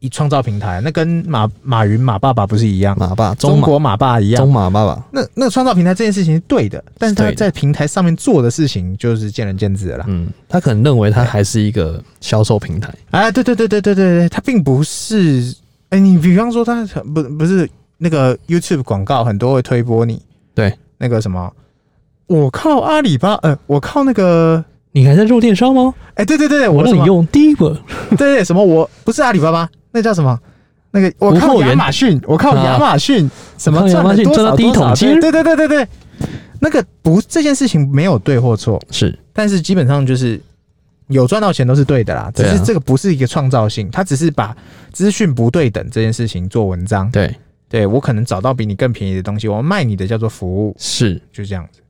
以创造平台，那跟马马云马爸爸不是一样，
马爸，
中
马
国马爸一样
中。马爸爸，
那那创造平台这件事情是对的，但是他
对的
在平台上面做的事情就是见仁见智了啦。
嗯，他可能认为他还是一个销售平台，
啊，对对对对对对对，它并不是，哎、你比方说它不不是那个 YouTube 广告很多会推播你，
对，
那个什么，我靠阿里巴，呃，我靠那个，
你还在做电商吗？
哎、对对对对，
我
什
让你
么，
用第一个，
对对什么我不是阿里巴巴，那叫什么？那个我
无
靠
货
亚
源
马逊，我靠亚马逊，什么
我靠亚
赚
马
了
逊
多
赚
少
到第一
多少？
桶金
对对对对对对，那个不这件事情没有对或错，
是
但是基本上就是有赚到钱都是对的啦，只
对啊
是这个不是一个创造性，它只是把资讯不对等这件事情做文章。
对，
对我可能找到比你更便宜的东西，我卖你的叫做服务，
是
就这样子。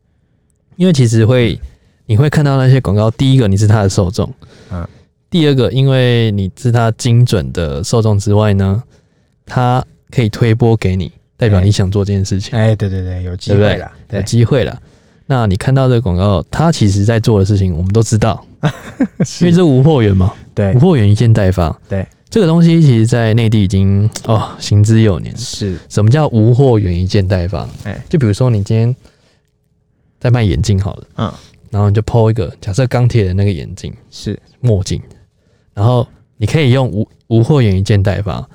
因为其实会你会看到那些广告，第一个你是他的受众，
嗯
嗯，第二个因为你是他精准的受众之外呢，他可以推播给你，代表
哎
你想做这件事情，
哎、对对对，有机会啦，
有机会了。那你看到这个广告，他其实在做的事情，我们都知道，因为这无货源嘛，
(laughs) 对
无货源一件代发。
对，
这个东西其实在内地已经哦行之有年。
是
什么叫无货源一件代发？
哎
就比如说你今天在卖眼镜好了，
嗯
然后你就抛一个假设钢铁的那个眼镜
是
墨镜，然后你可以用无无货源一件代发，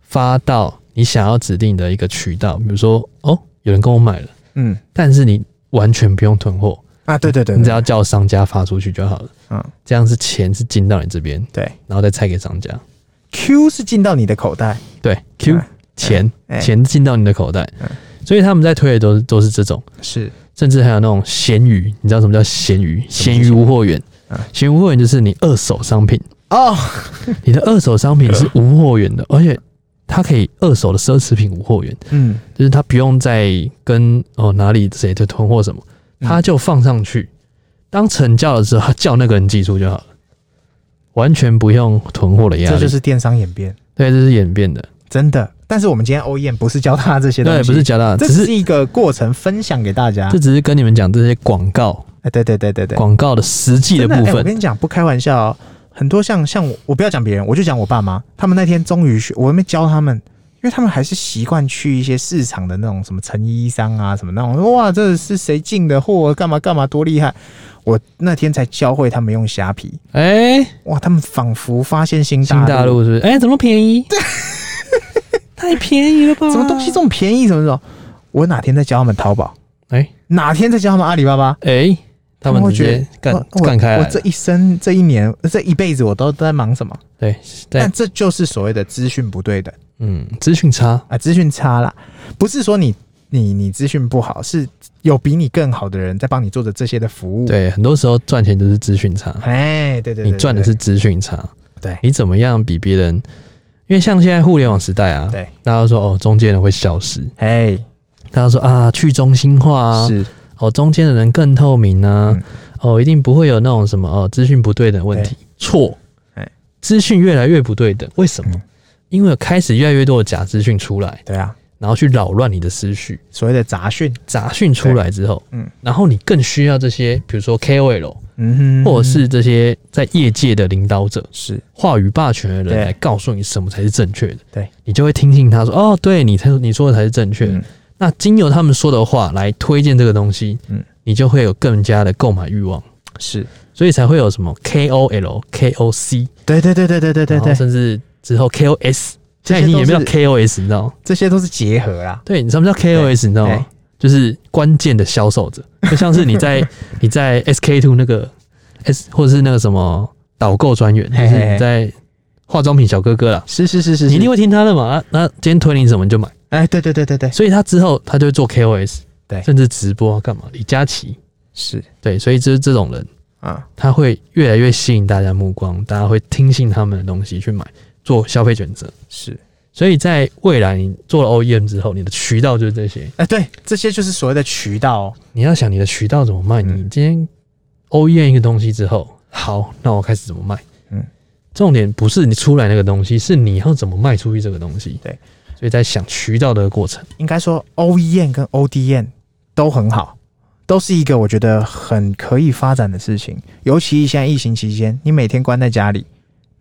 发到你想要指定的一个渠道，比如说哦有人跟我买了，
嗯
但是你完全不用囤货，
啊对对对
你只要叫商家发出去就好了，
嗯
这样是钱是进到你这边，
对
然后再拆给商家。
Q 是进到你的口袋，
对，Q
哎
钱
哎
钱进到你的口袋
嗯，
所以他们在推的都是都是这种，
哎是
甚至还有那种闲鱼，你知道什么叫闲鱼？
什么
闲
是
鱼无货源
嗯，
闲鱼无货源就是你二手商品，
哦
你的二手商品是无货源的，而且它可以二手的奢侈品无货源，
嗯
就是它不用再跟哦哪里谁的囤货什么，
嗯
它就放上去，当成交的时候，它叫那个人寄出就好了，完全不用囤货的压力。
这就是电商演变，
对，这是演变的，
真的。但是我们今天欧燕不是教他这些东
对，
西，
不是，假的，啊
这
只
只
是
是一个过程，分享给大家
这。只是跟你们讲这些广告
哎，对对对对对，
广告的实际的
真
部
哎我
分。
跟你讲，不开玩笑、哦，很多像像我，我不要讲别人，我就讲我爸妈，他们那天终于学，我还没教他们，因为他们还是习惯去一些市场的那种什么成衣商啊，什么那种，哇，这是谁进的货，干嘛干嘛，多厉害！我那天才教会他们用虾皮，
哎、
哇，他们仿佛发现新大
新大
陆，
陆是不是？哎、怎么
(laughs)
便宜？太便宜了吧？
什么东西这？么便宜，什么什么，我哪天再教他们淘宝，
哎
哪天再教他们阿里巴巴。
哎、他们
会
直
觉得
接干
我我
干开
我
来
这
了。
一生这一年这一辈子我都在忙什么？
对，
但
但
这就是所谓的资讯不对等。
嗯，资讯差，
啊，资讯差啦，不是说你你你资讯不好，是有比你更好的人在帮你做着这些的服务。，
对，很多时候赚钱就是资讯差，
哎，对对对
你赚的是资讯差，
对
你怎么样比别人？因为像现在互联网时代啊，
对，
大家都说哦，中间人会消失，
哎，
大家说啊，去中心化啊，
是
哦，中间的人更透明啊，
嗯
哦，一定不会有那种什么哦资讯不对等问题，错
哎，
资讯越来越不对等，为什么？
嗯
因为有开始越来越多的假资讯出来，
对啊，
然后去扰乱你的思绪，
所谓的杂讯，
杂讯出来之后，
嗯
嗯，然后你更需要这些，比如说 KOL
嗯哼，
或者是这些在业界的领导者、
是
话语霸权的
对
人来告诉你什么才是正确的，
对
你就会听信他说，哦，对你才你说的才是正确的，
嗯
那经由他们说的话来推荐这个东西，
嗯
嗯，你就会有更加的购买欲望，
是，
所以才会有什么 KOL、KOC，
对对对对对对对
然后哎
对，
甚至之后 KOS，
这些
现在已经演变
都
到
是
KOS，你知道吗？
这些都是结合啦。
对，你什么叫 KOS？你知道
对
吗？就是关键的销售者，就像是你
(laughs)
在你在 SK two 那个 S 或者是那个什么导购专员，就
嘿嘿嘿
是你在化妆品小哥哥啦，
是是是是，
你一定
为
会听他的嘛？啊那那今天推你什么你就买，
哎，对对对对对，
所以他之后他就会做 KOS，
对
甚至直播干嘛？李佳琦。
是
对，所以就是这种人，
啊，
他会越来越吸引大家目光，大家会听信他们的东西去买，做消费选择。
是
所以在未来你做了 OEM 之后，你的渠道就是这些。
哎，对，这些就是所谓的渠道哦，
你要想你的渠道怎么卖，
嗯
你今天 OEM 一个东西之后，好，那我开始怎么卖？
嗯
嗯，重点不是你出来那个东西，是你要怎么卖出去这个东西。
对，
所以在想渠道的过程，
应该说 OEM 跟 ODM 都很好，都是一个我觉得很可以发展的事情。尤其现在疫情期间，你每天关在家里，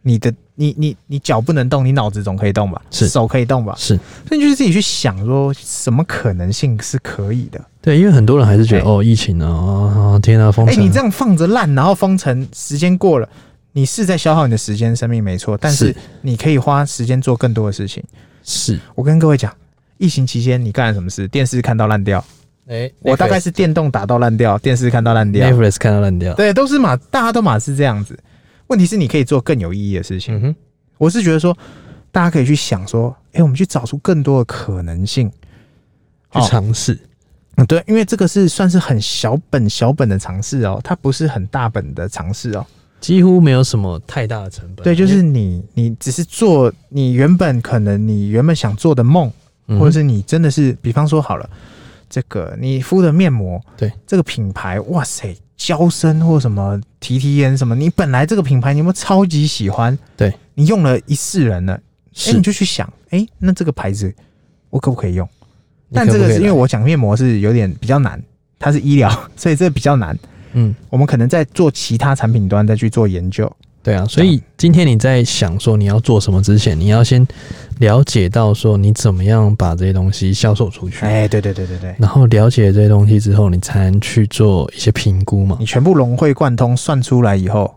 你的你你你脚不能动，你脑子总可以动吧？
是
手可以动吧？
是
所以你就是自己去想说，什么可能性是可以的？
对，因为很多人还是觉得、
哎
哦，疫情啊，啊天啊，封
哎、
城，
你这样放着烂，然后封城，时间过了。你是在消耗你的时间、生命，没错，但是
是
你可以花时间做更多的事情。
是，
我跟各位讲，疫情期间你干了什么事？电视看到烂掉，
哎、
我大概是电动打到烂掉，电视看到烂掉，
Netflix 看到烂掉。
对，都是嘛，大家都嘛是这样子。问题是你可以做更有意义的事情。
嗯哼，
我是觉得说，大家可以去想说，哎、我们去找出更多的可能性。哦
去尝试。
嗯，对，因为这个是算是很小本小本的尝试哦，它不是很大本的尝试哦。
几乎没有什么太大的成本。啊
对，就
因
是
为
你，你只是做你原本可能你原本想做的梦，
嗯
或者是你真的是，比方说好了，这个你敷的面膜，
对
这个品牌，哇塞，娇生或什么提提颜什么，你本来这个品牌你有没有超级喜欢？
对，
你用了一世人了，哎、
是
你就去想，哎、那这个牌子我可不可以用？
你
但
可
这
不
个
可以
是因为
来
我讲面膜是有点比较难，它是医疗， (laughs) 所以这比较难。
嗯，
我们可能在做其他产品端再去做研究，
对啊，所以今天你在想说你要做什么之前，你要先了解到说你怎么样把这些东西销售出去，
哎、对对对对对，
然后了解这些东西之后，你才能去做一些评估嘛
你。全部融会贯通算出来以后，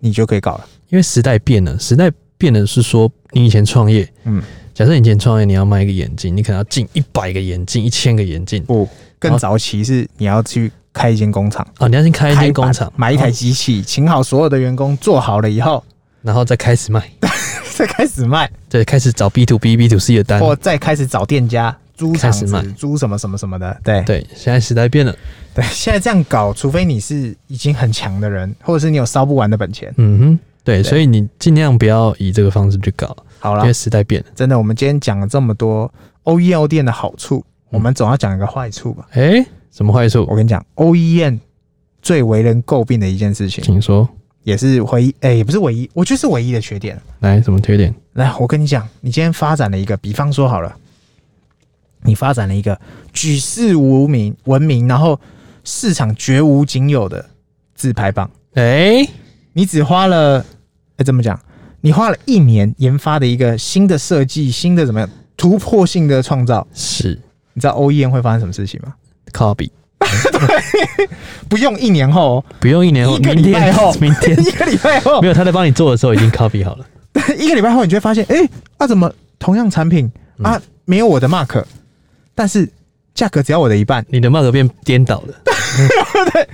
你就可以搞了。
因为时代变了，时代变了是说你以前创业，
嗯，
假设你以前创业你要卖一个眼镜，你可能要进一百个眼镜、一千个眼镜
不，更
哦好
早期是你要去开一间工厂，
啊，你要先开一
开
间
板
工厂，哦
买一台
然后
机器，请好所有的员工，做好了以后 (laughs)
然后再开始卖，
再开始卖，
对，开始找 B to B、B to C 的单，
或再开始找店家租厂
嗯开始卖
子、租什么什么什么的。对
对，现在时代变了。
对，现在这样搞，除非你是已经很强的人，或者是你有烧不完的本钱。
嗯哼，对，
对
所以你尽量不要以这个方式去搞，
好
因
了
为，时代变了。
真的，我们今天讲了这么多 OEM 店的好处，
嗯
我们总要讲一个坏处吧。
哎、什么坏处
我？跟你讲，OEM 最为人诟病的一件事情，
请说，
也是唯一，哎、也不是唯一，我觉得是唯一的缺点。啊
来，什么缺点？
来，我跟你讲，你今天发展了一个，比方说好了，你发展了一个举世无名闻名，然后市场绝无仅有的自拍棒，
哎、
你只花了，哎、怎么讲？你花了一年研发的一个新的设计，新的怎么样突破性的创造？
是
你知道 OEM 会发生什么事情吗？
copy，
不用一年后、哦，
不用一年后，
一个
明
礼拜
天
后
明天
一个礼拜后
没，有他在帮你做的时候已经 copy 好了。
一个礼拜后，你就会发现，哎、啊，怎么同样产品啊，没有我的 mark，但是价格只要我的一半。
你的 mark 变颠倒了，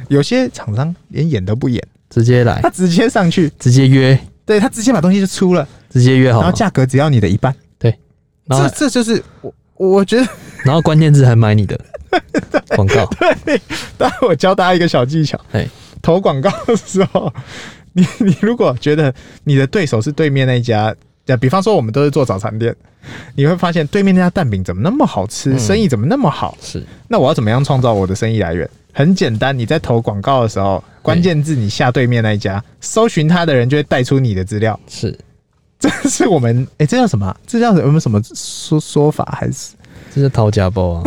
有些厂商连演都不演，
直接来
他，直接上去，
直接约，
对他直接把东西就出了，
直接约好
然后
吗。
价格只要你的一半。
对，哦然后
这这就是我我觉得， (laughs)
然后关键字还买你的广告，哎
当然我教大家一个小技巧
嘿，
投广告的时候， (laughs) 你你如果觉得你的对手是对面那一家。呃，比方说我们都是做早餐店，你会发现对面那家蛋饼怎么那么好吃，
嗯
生意怎么那么好？
是
那我要怎么样创造我的生意来源？很简单，你在投广告的时候，关键字你下对面那一家，搜寻他的人就会带出你的资料。
是，
这是我们 (laughs) 哎、这叫什么啊？这叫有没有什么说说法？还是
这是掏家包啊，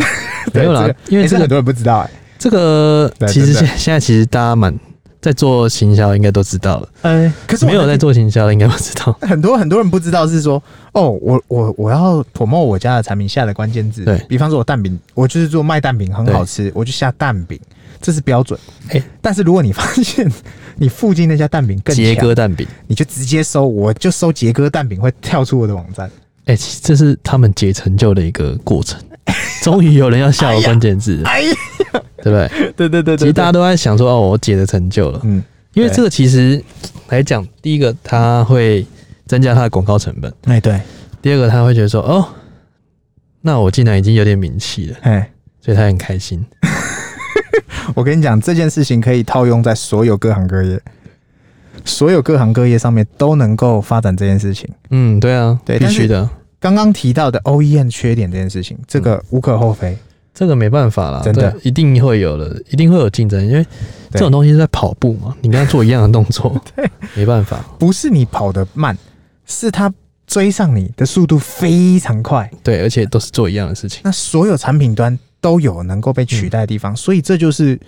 (laughs) 没有啦
(laughs) 对，
因为
诶这很
这个
多人不知道哎、
这个
对
其实
真的
现现在其实大家蛮在做行销，应该都知道了，
呃，可是我
没有在做行销的应该不知道，
很多很多人不知道是说哦，我我我要 promote 我家的产品下的关键字，
对
比方说我蛋饼，我就是做卖蛋饼很好吃，我就下蛋饼，这是标准。
诶
但是如果你发现 (laughs) 你附近那家蛋饼更
杰
强
哥蛋饼，
你就直接搜，我就搜杰哥蛋饼会跳出我的网站。
哎、其实这是他们解成就的一个过
(laughs)
程，终于有人要下我关键字了，
哎呀，
对不 (laughs) 对？
对对对
其实大家都在想说，哦，我解的成就了，
嗯，
因为这个其实来讲，第一个它会增加它的广告成本，
哎对，
第二个他会觉得说，哦，那我既然已经有点名气了，
哎，
所以他很开心。
我跟你讲，这件事情可以套用在所有各行各业，所有各行各业上面都能够发展这件事情。
嗯，对啊，
对
必
但是
须的，
刚刚提到的 OEM 缺点这件事情，这
嗯
个无可厚非。
这个没办法啦，
真的
对一定会有的，一定会有竞争，因为这种东西是在跑步嘛，你跟他做一样的动
(laughs)
作，对，没办法，
不是你跑得慢，是他追上你的速度非常快。
对，而且都是做一样的事情，
那所有产品端都有能够被取代的
嗯
地方，所以这就是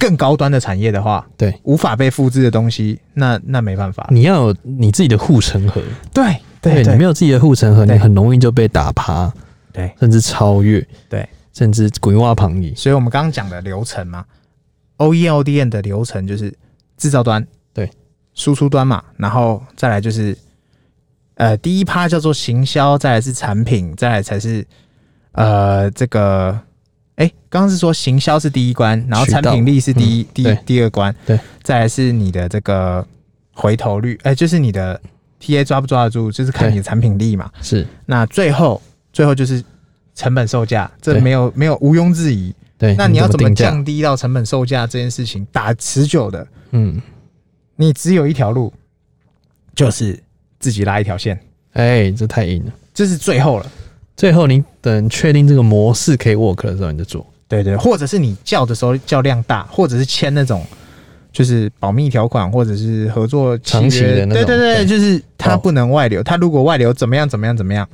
更高端的产业的话，
对，
无法被复制的东西，那那没办法了。
你要有你自己的护城河，
对对
你没
对
有自己的护城河，你
对
很容易就被打趴，
对
甚至超越，
对，
甚至滚瓜旁移，
所以我们刚刚讲的流程嘛，O E O D N 的流程就是制造端，
对，
输出端嘛，然后再来就是呃第一趴叫做行销，再来是产品，再来才是呃这个。哎，刚刚是说行销是第一关，然后
渠
产
道嗯
品力是第一、第
对
第二关，
对，
再来是你的这个回头率，哎，就是你的 TA 抓不抓得住，就是看
对
你的产品力嘛。
是
那最后最后就是成本售价，这
对
没有没有毋庸置疑。
对，
那你要怎么
定价？
降低到成本售价这件事情，打持久的，
嗯，
你只有一条路，就是自己拉一条线，
哎，这太硬了。
这是最后了。
最后你等确定这个模式可以 work 的时候，你就做。
对对，或者是你叫的时候叫量大，或者是签那种就是保密条款，或者是合作契
长期
约
的那
对
种
对对，
对
就是它
哦
不能外流，它如果外流怎么样怎么样怎么样，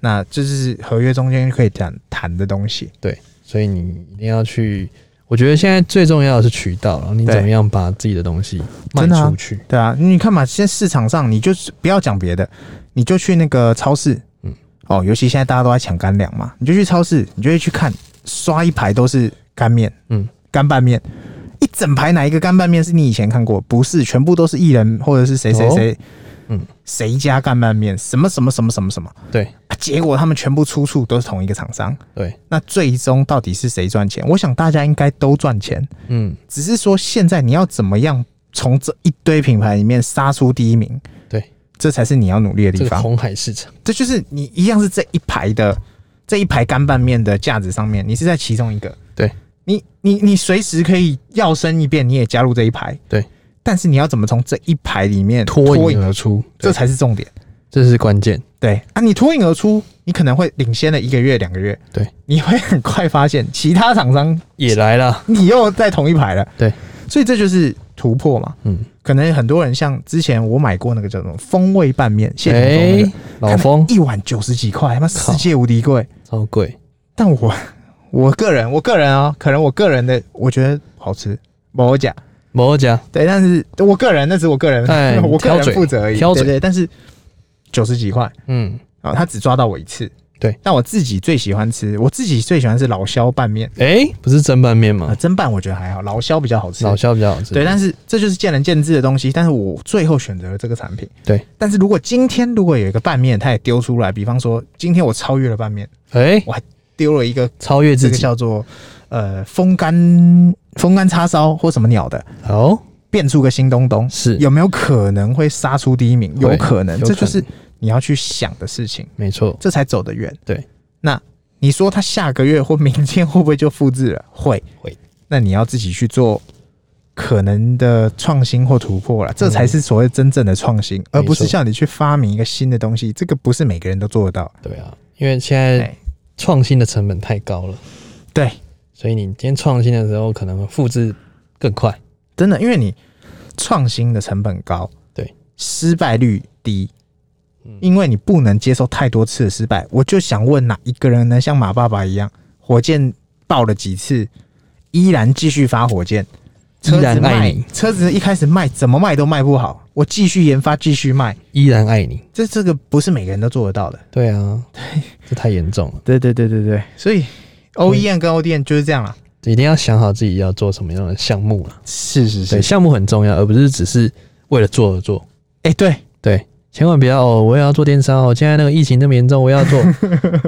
那这就是合约中间可以谈谈的东西。
对，所以你一定要去。我觉得现在最重要的是渠道，然后你
对
怎么样把自己的东西卖
真的啊
出去。
对啊，你看嘛，现在市场上你就是不要讲别的，你就去那个超市，嗯
嗯，
哦，尤其现在大家都在抢干粮嘛，你就去超市，你就会去看，刷一排都是干面，嗯
嗯，
干拌面，一整排哪一个干拌面是你以前看过？不是，全部都是艺人或者是谁谁谁，嗯
嗯，
谁家干拌面，什么什么什么什么什么，
对
啊结果他们全部出处都是同一个厂商，
对，
那最终到底是谁赚钱？我想大家应该都赚钱，
嗯，
只是说现在你要怎么样从这一堆品牌里面杀出第一名，
对，
这才是你要努力的
这
地
个
方。
红海市场，
这就是你一样是这一排的这一排干拌面的价值上面，你是在其中一个。
对，
你你你随时可以要升一变，你也加入这一排。
对，
但是你要怎么从这一排里面
脱颖
颖，
而出，
这
这
才是重点。
这是关键。
对啊，你脱颖而出，你可能会领先了一个月、两个月。
对，
你会很快发现其他厂商
也来了，
你又在同一排了。
对，
所以这就是突破嘛。
嗯，
可能很多人像之前我买过那个叫什么风味拌面，谢霆锋那
哎
个、，
老风
看一碗九十几块，他妈世界无敌贵。
超贵，
但我 (laughs) 我个人，我个人啊、可能我个人的我觉得好吃，某甲
某家
对，但是我个人那是我个人，(laughs)
哎
我个
挑
人
嘴
负责而已，
挑
对
嘴
对。但是九十几块
嗯，
啊，他只抓到我一次。
对，
但我自己最喜欢吃，我自己最喜欢是老萧拌面
哎，不是蒸拌面
啊，
吗？
蒸拌我觉得还好，老萧比较好吃。
老肖比较好吃，
对，但是这就是见仁见智的东西。但是我最后选择了这个产品。
对，
但是如果今天如果有一个拌面，它也丢出来，比方说今天我超越了拌面，
哎，
丢了一个
超越
这
自
个
己，
叫做呃风干风干叉烧或什么鸟的，
好
变出个新东东，
是
有没有可能会杀出第一名？
会
有可能，
有
这
可
就是你要去想的事情，
没错，
这才走得远。
对，
那你说他下个月或明天会不会就复制了？会
会。
那你要自己去做可能的创新或突破了，这才是所谓真正的创新，而不是
没错
像你去发明一个新的东西，这个不是每个人都做得到。
对啊，因为现在
哎
创新的成本太高了，
对，
所以你今天创新的时候可能复制更快。
真的，因为你创新的成本高，
对，
失败率低
嗯，
因为你不能接受太多次的失败。我就想问，哪一个人能像马爸爸一样，火箭爆了几次，依然继续发火箭？车
依然
子
爱
卖
你，
车子一开始卖怎么卖都卖不好，我继续研发，继续卖，
依然爱你。
这这个不是每个人都做得到的。
对啊，这太严重了，
对对对对对，所以 OEM 跟 ODM 就是这样啊啦。
一定要想好自己要做什么样的项目了。
是是
对，，项目很重要，而不是只是为了做而做。
哎、对，
对，千万不要哦，我也要做电商哦，现在那个疫情那么严重，我也
(laughs)
要做。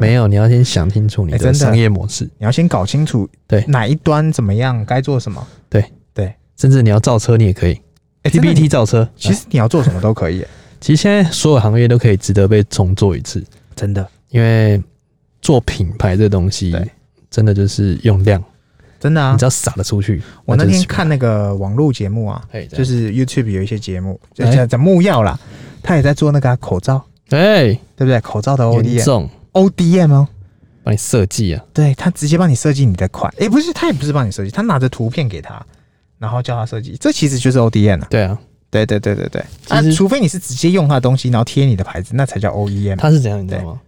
没有，你要先想清楚你
哎真
的
的
商业模式，
你要先搞清楚
对
哪一端怎么样，该做什么。
甚至你要造车，你也可以
哎、真的你
PPT 造车。
其
啊
实你要做什么都可以，
其实现在所有行业都可以值得被重做一次，
(laughs) 真的，
因为做品牌这东西
对
真的就是用量，
真的啊
你只！要撒得出去。
我那
就是
天
品牌
看那个网络节目啊
哎，怎样
就是 YouTube 有一些节目，就
哎
讲讲木曜啦，他也在做那个啊、口罩，
哎，
对不对？口罩的
严
ODM，ODM
重，
哦，
帮你设计啊。
对他直接帮你设计你的款，哎、不是，他也不是帮你设计，他拿着图片给他，然后叫他设计，这其实就是 ODM 啊。
对啊，
对对对对对，
其
啊
实，
除非你是直接用他的东西，然后贴你的牌子，那才叫 E OEM。
他是怎样，你知道吗？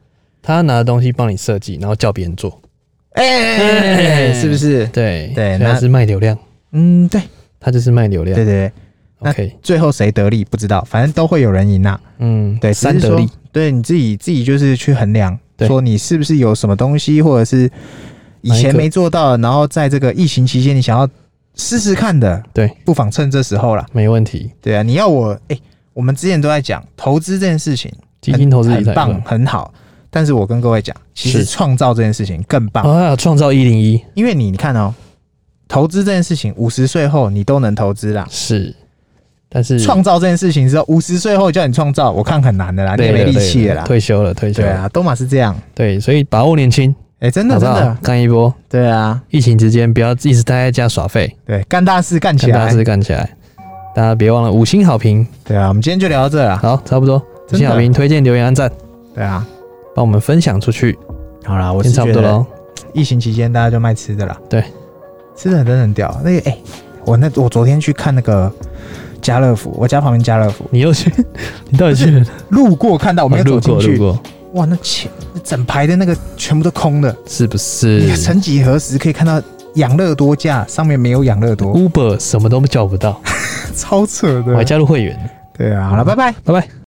他拿东西帮你设计，然后叫别人做。
哎、
哎
是不是？
对
对
所以
那
他是卖流量，
嗯，对，
他就是卖流
对
量。
对对，那
OK，
最后谁得利不知道，反正都会有人赢啊。
嗯，
对，
三
只是
得
说
利，，
对你自己自己就是去衡量，
对
说你是不是有什么东西，或者是以
哪一
前
个
没做到，然后在这个疫情期间你想要试试看的，
对，
不妨趁这时候啦。
没问题。
对啊，你要我哎、我们之前都在讲投资这件事情，
基
很
金投资理
很
财嗯
棒，很好。但是我跟各位讲，其实
是
创造这件事情更棒，
啊，创造一零一
因为你你看哦，投资这件事情五十岁后你都能投资啦，
是，但是
创造这件事情之后五十岁后叫你创造，我看很难的啦，你也
累
没
了
力气
累
了
了
啦。
退休了，退休
对
了。
啊，都嘛是这样。
对，所以把握年轻，
哎、真的
好不
真
好
的？，
干一波。
对啊，
疫情之间不要一直待在家耍废，
对，干大事干起
跟大
来
家。干起来。大家别忘了五星好评，
对啊，我们今天就聊到这了。
好，差不多。五
真
星
的
好评，推荐、留言、按赞，
对啊，
帮我们分享出去，
好啦，我
今
是
天差
觉
不多哦
得
喽。
疫情期间大家就卖吃的啦。
对，
吃的真的很屌。那个哎、我那我昨天去看那个家乐福，我家旁边家乐福，
你
(laughs)
又去，你到底去 (laughs) 了？
路过看到我没有
路
走
过
进
哦路
去，
过，
哇，那前那整排的那个全部都空的。
是不是
你曾几何时可以看到养乐多架上面没有养乐多，
？Uber 什么都叫不到，
超扯
嗯我还
的。
加入会员，
对啊，好了，拜拜。
拜拜。